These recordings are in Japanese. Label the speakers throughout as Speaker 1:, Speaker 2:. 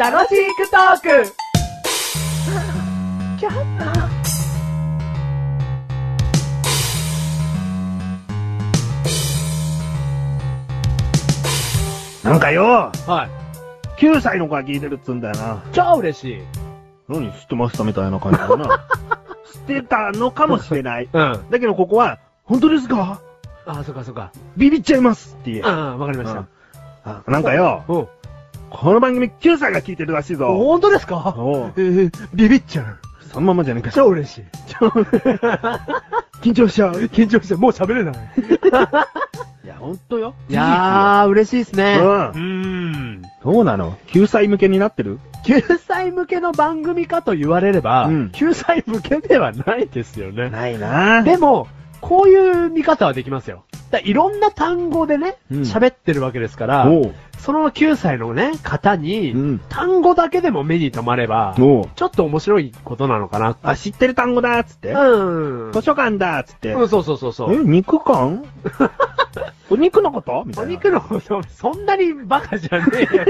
Speaker 1: 楽しくトーク
Speaker 2: なんかよ、
Speaker 3: はい。
Speaker 2: 9歳の子が聞いてるっつうんだよな。
Speaker 3: 超嬉しい。
Speaker 2: 何知ってましたみたいな感じだ な。知ってたのかもしれない。
Speaker 3: うん。あ
Speaker 2: だけどここは、本当ですか
Speaker 3: あ、そっかそっか。
Speaker 2: ビビっちゃいますって言え。
Speaker 3: ああ、わかりまし
Speaker 2: うん
Speaker 3: た。
Speaker 2: あなんかよ、
Speaker 3: うん。
Speaker 2: この番組9歳が聞いてるらしいぞ。
Speaker 3: 本当ですか
Speaker 2: おう
Speaker 3: えー、ビビっちゃう。
Speaker 2: そのままじゃねえか。
Speaker 3: 超嬉しい。
Speaker 2: 緊張しちゃう。
Speaker 3: 緊張して、もう喋れない。
Speaker 2: いや、ほんとよ。
Speaker 3: いやー、嬉しいですね。
Speaker 2: うん
Speaker 3: ん。
Speaker 2: そうなの ?9 歳向けになってる
Speaker 3: 9歳向けの番組かと言われれば、
Speaker 2: うん
Speaker 3: 9歳向けではないですよね。
Speaker 2: ないな
Speaker 3: でも、こういう見方はできますよ。だいろんな単語でね、
Speaker 2: うん
Speaker 3: 喋ってるわけですから、
Speaker 2: おう。
Speaker 3: その9歳のね、方に、
Speaker 2: うん
Speaker 3: 単語だけでも目に留まれば、
Speaker 2: おう。
Speaker 3: ちょっと面白いことなのかな。
Speaker 2: あ、知ってる単語だーっつって。
Speaker 3: うん。
Speaker 2: 図書館だーっつって。
Speaker 3: うん、そうそうそうそう。
Speaker 2: え、肉 感お肉のことみた
Speaker 3: お
Speaker 2: いな。
Speaker 3: 肉のこと、そんなにバカじ ゃねえよ。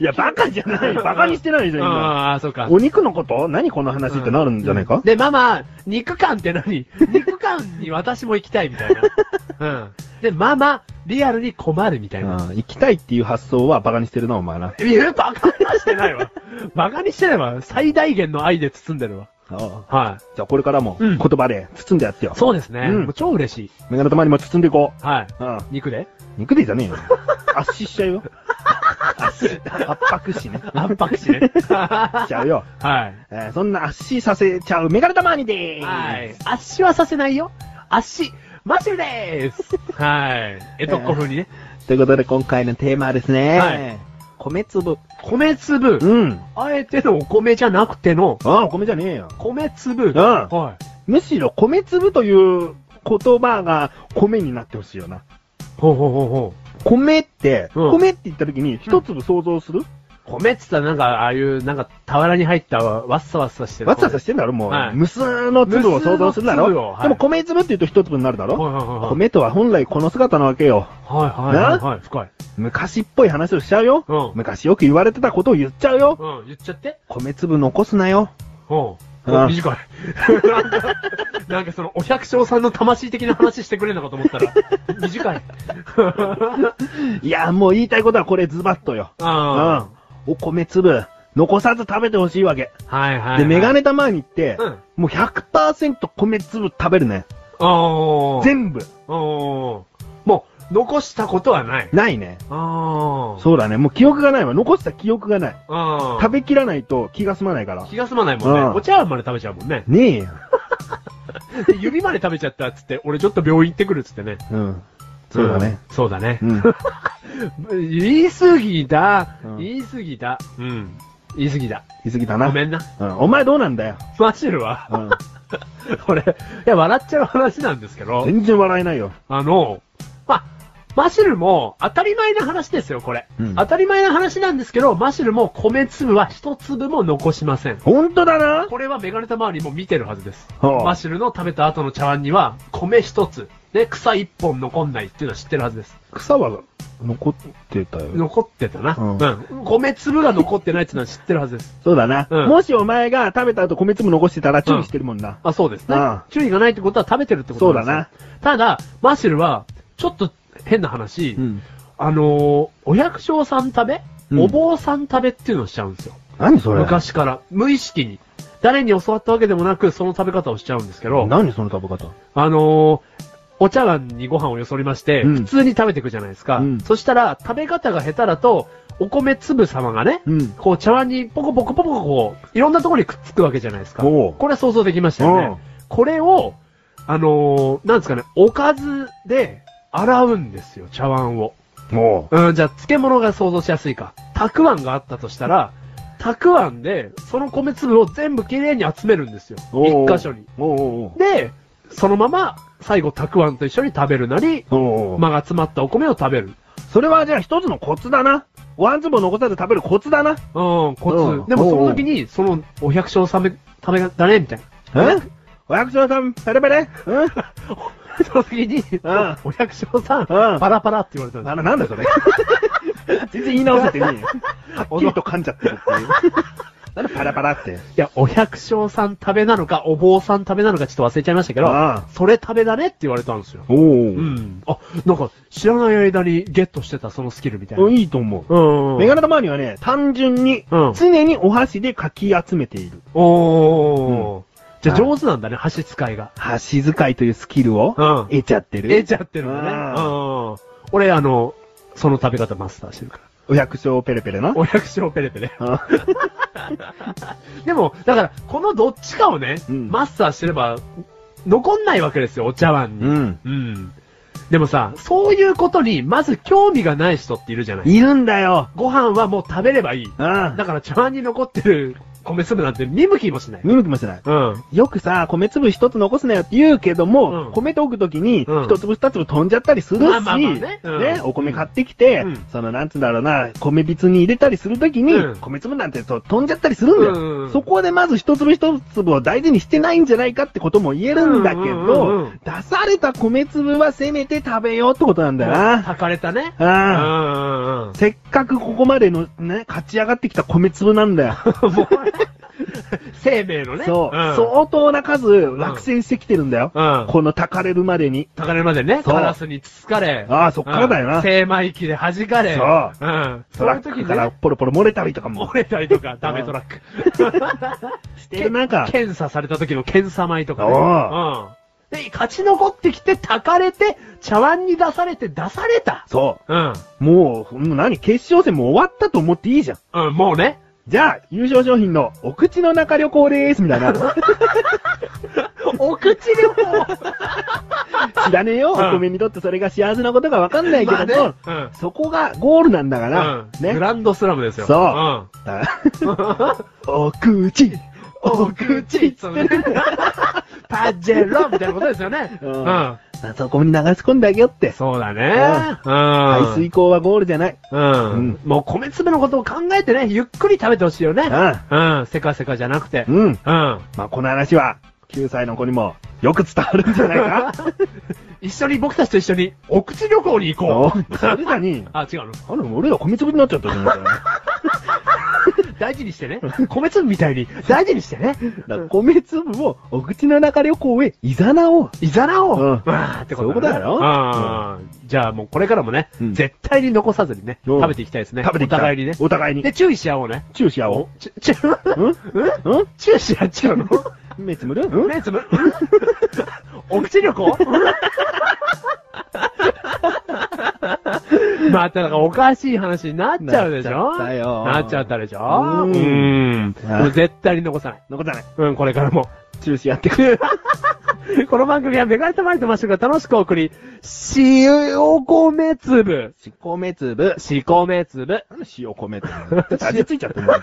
Speaker 2: いや、バカじゃない。バカにしてないじゃん、今。
Speaker 3: ああ、そうか。
Speaker 2: お肉のこと何この話ってなるんじゃないか、
Speaker 3: で、ママ、肉感って 何肉感に私も行きたいみたいな。 うん。で、ママ、リアルに困るみたいな。
Speaker 2: ああ行きたいっていう発想はバカにしてるな、お前な。
Speaker 3: いや、バカにはしてないわ。バカにしてないわ。最大限の愛で包んでるわ。
Speaker 2: ああ
Speaker 3: は
Speaker 2: じゃあこれからも
Speaker 3: う
Speaker 2: 言
Speaker 3: ん
Speaker 2: 葉で包んでやってよ
Speaker 3: い。。そうですね。
Speaker 2: うん
Speaker 3: もう超嬉しい。
Speaker 2: メガネ玉にも包んでいこ
Speaker 3: はい。
Speaker 2: う。うん。
Speaker 3: 肉で
Speaker 2: 肉でいいじゃねえよ。圧死しちゃうよ。圧死。圧迫しね。
Speaker 3: 圧迫 しね。
Speaker 2: しちゃうよ。
Speaker 3: はい。
Speaker 2: えーそんな圧死させちゃうメガネ玉にでーす。
Speaker 3: はい。圧死はさせないよ。圧死、マッシュルでーす。はい。江戸っ子風にね。
Speaker 2: ということで今回のテーマはですね。
Speaker 3: はい
Speaker 2: 米粒。
Speaker 3: 米粒。
Speaker 2: うん。
Speaker 3: あえてのお米じゃなくての、
Speaker 2: ああ、お米じゃねえよ。
Speaker 3: 米粒。
Speaker 2: ん
Speaker 3: はい。
Speaker 2: むしろ米粒という言葉が米になってほしいよな。
Speaker 3: ほうほうほうほう。
Speaker 2: 米って、
Speaker 3: うん
Speaker 2: 米って言った時に一粒想像する、
Speaker 3: 米っつったらなんか、ああいう、なんか、俵に入ったわ、わっさわっさしてる。
Speaker 2: わっさわさしてんだろもう、
Speaker 3: はい
Speaker 2: 無数の粒を想像するだ
Speaker 3: 無数の粒
Speaker 2: ろ
Speaker 3: を、はい
Speaker 2: でも米粒って言うと一粒になるだろ、
Speaker 3: はいはいはいはい。
Speaker 2: 米とは本来この姿なわけよ。
Speaker 3: はいはいはいはい。深い。
Speaker 2: 昔っぽい話をしちゃうよ、
Speaker 3: うん
Speaker 2: 昔よく言われてたことを言っちゃうよ。
Speaker 3: うん、言っちゃって。
Speaker 2: 米粒残すなよ。
Speaker 3: うん。
Speaker 2: うん
Speaker 3: 短い。 なんか、なんかその、お百姓さんの魂的な話してくれるのかと思ったら、短い。
Speaker 2: いや、もう言いたいことはこれズバッとよ。うん。
Speaker 3: あ
Speaker 2: お米粒、残さず食べてほしいわけ。
Speaker 3: あ。はいはいはい。
Speaker 2: で、メガネ玉に行って、
Speaker 3: うん
Speaker 2: もう100%米粒食べるね。
Speaker 3: ああ。
Speaker 2: 全部。
Speaker 3: ああ。もう、残したことはない。
Speaker 2: ないね。
Speaker 3: ああ。
Speaker 2: そうだね。もう記憶がないわ。残した記憶がない。
Speaker 3: ああ
Speaker 2: 食。べきらないと気が済まないから。
Speaker 3: 気が済まないもんね。
Speaker 2: うん。
Speaker 3: お茶碗まで食べちゃうもんね
Speaker 2: ねえよ。
Speaker 3: で指まで食べちゃったっつって、俺ちょっと病院行ってくるっつってね。
Speaker 2: うん。そうだね。
Speaker 3: うん。そうだね
Speaker 2: う。ん。
Speaker 3: 言い過ぎだ
Speaker 2: うん。
Speaker 3: 言い過ぎだ。うん。言い過ぎだ。
Speaker 2: 言い過ぎたな。
Speaker 3: ごめんな。
Speaker 2: うん。お前どうなんだよ。
Speaker 3: マシルは、
Speaker 2: うん。
Speaker 3: これ、いや、笑っちゃう話なんですけど、
Speaker 2: 全然笑えないよ。
Speaker 3: あの、ま、マシルも当たり前な話ですよ、これ。
Speaker 2: うん
Speaker 3: 当たり前な話なんですけど、マシルも米粒は一粒も残しません。
Speaker 2: ほんとだな。
Speaker 3: これはメガネタ周りも見てるはずです。
Speaker 2: はあ
Speaker 3: マシルの食べた後の茶碗には、米一つ、ね、草一本残んないっていうのは知ってるはずです。
Speaker 2: 草は残ってたよ。
Speaker 3: 残ってたな。
Speaker 2: う
Speaker 3: うんん。米粒が残ってないっていうのは知ってるはずです。
Speaker 2: そうだな。
Speaker 3: うん
Speaker 2: もしお前が食べた後米粒残してたら注意してるもんな。
Speaker 3: あ、そうですね
Speaker 2: ああ。
Speaker 3: 注意がないってことは食べてるってことなんですよただ、マシルは、ちょっと変な話、
Speaker 2: ん。
Speaker 3: あのーお百姓さん食べ、
Speaker 2: うん
Speaker 3: お坊さん食べっていうのをしちゃうんですよ。
Speaker 2: 何それ。
Speaker 3: 昔から。無意識に。誰に教わったわけでもなく、その食べ方をしちゃうんですけど、
Speaker 2: 何その食べ方。
Speaker 3: あのーお茶碗にご飯をよそりまして、
Speaker 2: うん
Speaker 3: 普通に食べていくじゃないですか。
Speaker 2: うん
Speaker 3: そしたら、食べ方が下手だと、お米粒様がね、
Speaker 2: うん。
Speaker 3: こう茶碗にポコポコポコこう、いろんなところにくっつくわけじゃないですか。
Speaker 2: おう
Speaker 3: これは想像できましたよね。これを、あのーなんですかね、おかずで洗うんですよ、茶碗を。
Speaker 2: も
Speaker 3: うん、じゃあ、漬物が想像しやすいか。たくあんがあったとしたら、たくあんで、その米粒を全部きれいに集めるんですよ。
Speaker 2: う。おう
Speaker 3: 一箇所に。。
Speaker 2: おうおう
Speaker 3: で、そのまま、最後、たくあんと一緒に食べるなり、
Speaker 2: おう。おうおう
Speaker 3: 間が詰まったお米を食べる。
Speaker 2: それはじゃあ一つのコツだな。ワンズボン残さず食べるコツだな。
Speaker 3: うん、
Speaker 2: う
Speaker 3: コ
Speaker 2: ん
Speaker 3: ツ。でも、その時に、その、お百姓さめ、食べがだね、みたいな。
Speaker 2: えお役所さん、ペレペレうん
Speaker 3: その時に、
Speaker 2: ん
Speaker 3: お百姓さん、
Speaker 2: うん
Speaker 3: パラパラって言われたんで
Speaker 2: あの、なんだそ れ。全然言い直せてねえよ。はっきりと噛んじゃってるっていう。なんでパラパラって。
Speaker 3: す。いや、お百姓さん食べなのか、お坊さん食べなのかちょっと忘れちゃいましたけど、
Speaker 2: ああ
Speaker 3: それ食べだねって言われたんですよ。
Speaker 2: お
Speaker 3: う
Speaker 2: ー
Speaker 3: ん。あ、なんか、知らない間にゲットしてたそのスキルみたいな。
Speaker 2: お。
Speaker 3: うん
Speaker 2: いいと思う。
Speaker 3: うんうん。
Speaker 2: メガネ玉にはね、単純に、
Speaker 3: うん
Speaker 2: 常にお箸でかき集めている。
Speaker 3: おー。じゃあ
Speaker 2: はい
Speaker 3: 上手なんだね、箸使いが。
Speaker 2: 箸使いというスキルを、
Speaker 3: うん。
Speaker 2: 得ちゃってる。
Speaker 3: えちゃってるのね。うん。俺、あの、その食べ方マスターして るから。
Speaker 2: お百姓ペレペレな。
Speaker 3: お百姓ペレペレ。
Speaker 2: あ
Speaker 3: でも、だから、このどっちかをね、
Speaker 2: うん
Speaker 3: マスターしてれば、残んないわけですよ、お茶碗に。
Speaker 2: うん。
Speaker 3: うんでもさ、そういうことに、まず興味がない人っているじゃない
Speaker 2: いるんだよ。
Speaker 3: ご飯はもう食べればいい。
Speaker 2: うん
Speaker 3: だ。から茶碗に残ってる米粒なんて見向きもしない。
Speaker 2: 見向きもしない。
Speaker 3: うん。
Speaker 2: よくさ、米粒一つ残すなよって言うけども、
Speaker 3: うん
Speaker 2: 米と置くときに、
Speaker 3: うん
Speaker 2: 一粒二粒飛んじゃったりするし、
Speaker 3: まあまあまあねうん
Speaker 2: お米買ってきて、
Speaker 3: うん
Speaker 2: その、なんつうんだろうな、米びつに入れたりするときに、
Speaker 3: うん
Speaker 2: 米粒なんてそう飛んじゃったりするんだよ。
Speaker 3: うんうん
Speaker 2: そこでまず一粒一粒を大事にしてないんじゃないかってことも言えるんだけど、
Speaker 3: うんうんうん
Speaker 2: 出された米粒はせめて食べようってことなんだよな。
Speaker 3: 炊かれたね。うん
Speaker 2: ああ
Speaker 3: うん うん。
Speaker 2: せっかくここまでのね、勝ち上がってきた米粒なんだよ。
Speaker 3: もうね生命のね。
Speaker 2: そう、
Speaker 3: ん
Speaker 2: 相当な数落選してきてるんだよ。
Speaker 3: うん。
Speaker 2: このたかれるまでに。
Speaker 3: 高根までね、
Speaker 2: そう
Speaker 3: カラスにつつかれ。
Speaker 2: ああ、そっからだよ
Speaker 3: う
Speaker 2: な。
Speaker 3: ん精米機で弾かれ。
Speaker 2: そ
Speaker 3: うん。
Speaker 2: ト
Speaker 3: そうい
Speaker 2: ラ
Speaker 3: う時
Speaker 2: ック
Speaker 3: に
Speaker 2: から
Speaker 3: ね、
Speaker 2: ポロポロ漏れたりとかも
Speaker 3: 漏れたりとか、ダメトラック。
Speaker 2: してる中、
Speaker 3: 検査された時の検査米とかね。
Speaker 2: お
Speaker 3: うん。で、勝ち残ってきて、たかれて、茶碗に出されて、出された。
Speaker 2: そ
Speaker 3: うん。
Speaker 2: う。もう、もう何決勝戦もう終わったと思っていいじゃん。
Speaker 3: うん、もうね。
Speaker 2: じゃあ、優勝商品のお口の中旅行でーす、みたいな。
Speaker 3: お口でも、
Speaker 2: 知らねえよ、お
Speaker 3: うん
Speaker 2: 米にとってそれが幸せなことがわかんないけ
Speaker 3: ま
Speaker 2: ど
Speaker 3: あ
Speaker 2: も、
Speaker 3: ねうん
Speaker 2: そこがゴールなんだから、
Speaker 3: うんグ
Speaker 2: ね。
Speaker 3: ランドスラムですよ。。
Speaker 2: そうんだ お口、お口、
Speaker 3: そうね パジェロみたいなことですよね。
Speaker 2: うん
Speaker 3: うん。
Speaker 2: そこに流し込んであげようって。
Speaker 3: そうだね。うん。
Speaker 2: 排水口はゴールじゃない。
Speaker 3: うん。
Speaker 2: うん
Speaker 3: もう米粒のことを考えてね、ゆっくり食べてほしいよね。うん。せかせかじゃなくて。
Speaker 2: うん。うん。
Speaker 3: うん。
Speaker 2: まあ、この話は、9歳の子にもよく伝わるんじゃないか
Speaker 3: 一緒に、僕たちと一緒に、お口旅行に行こ。
Speaker 2: そうう。それだに、
Speaker 3: あ、違うの。
Speaker 2: あれ、俺ら米粒になっちゃったじゃない か。
Speaker 3: 大事にしてね。米粒みたいに、大事にしてね。
Speaker 2: だから米粒をお口の中旅行へ誘おう。
Speaker 3: いざなおう。
Speaker 2: うん
Speaker 3: わーってこ
Speaker 2: そ
Speaker 3: とだ,、ね、
Speaker 2: ういうことだろ
Speaker 3: うん。じゃあもうこれからもね、
Speaker 2: うん
Speaker 3: 絶対に残さずにね、
Speaker 2: うん
Speaker 3: 食べていきたいですね。
Speaker 2: 食べていきた
Speaker 3: お互いにね。
Speaker 2: お互いに。
Speaker 3: で、注意し合おうね。
Speaker 2: チューし合お
Speaker 3: ちゅ、ちゅ、
Speaker 2: う。うんうん
Speaker 3: 注意し合っちゃう の
Speaker 2: 目つむるうん
Speaker 3: 目つぶる お口旅行 またなんかおかしい話になっちゃうでしょ
Speaker 2: なっちゃったよ
Speaker 3: なっちゃったでしょ
Speaker 2: うん
Speaker 3: ん
Speaker 2: はい
Speaker 3: もう絶対に残さない。
Speaker 2: 残さない。
Speaker 3: うん、これからも。
Speaker 2: チューし合ってくる。
Speaker 3: この番組はメガネとマリとマッシュが楽しくお送り、塩米粒、
Speaker 2: しこめ粒。
Speaker 3: しこめ粒、
Speaker 2: なんで塩米粒。味ついちゃってんだよ。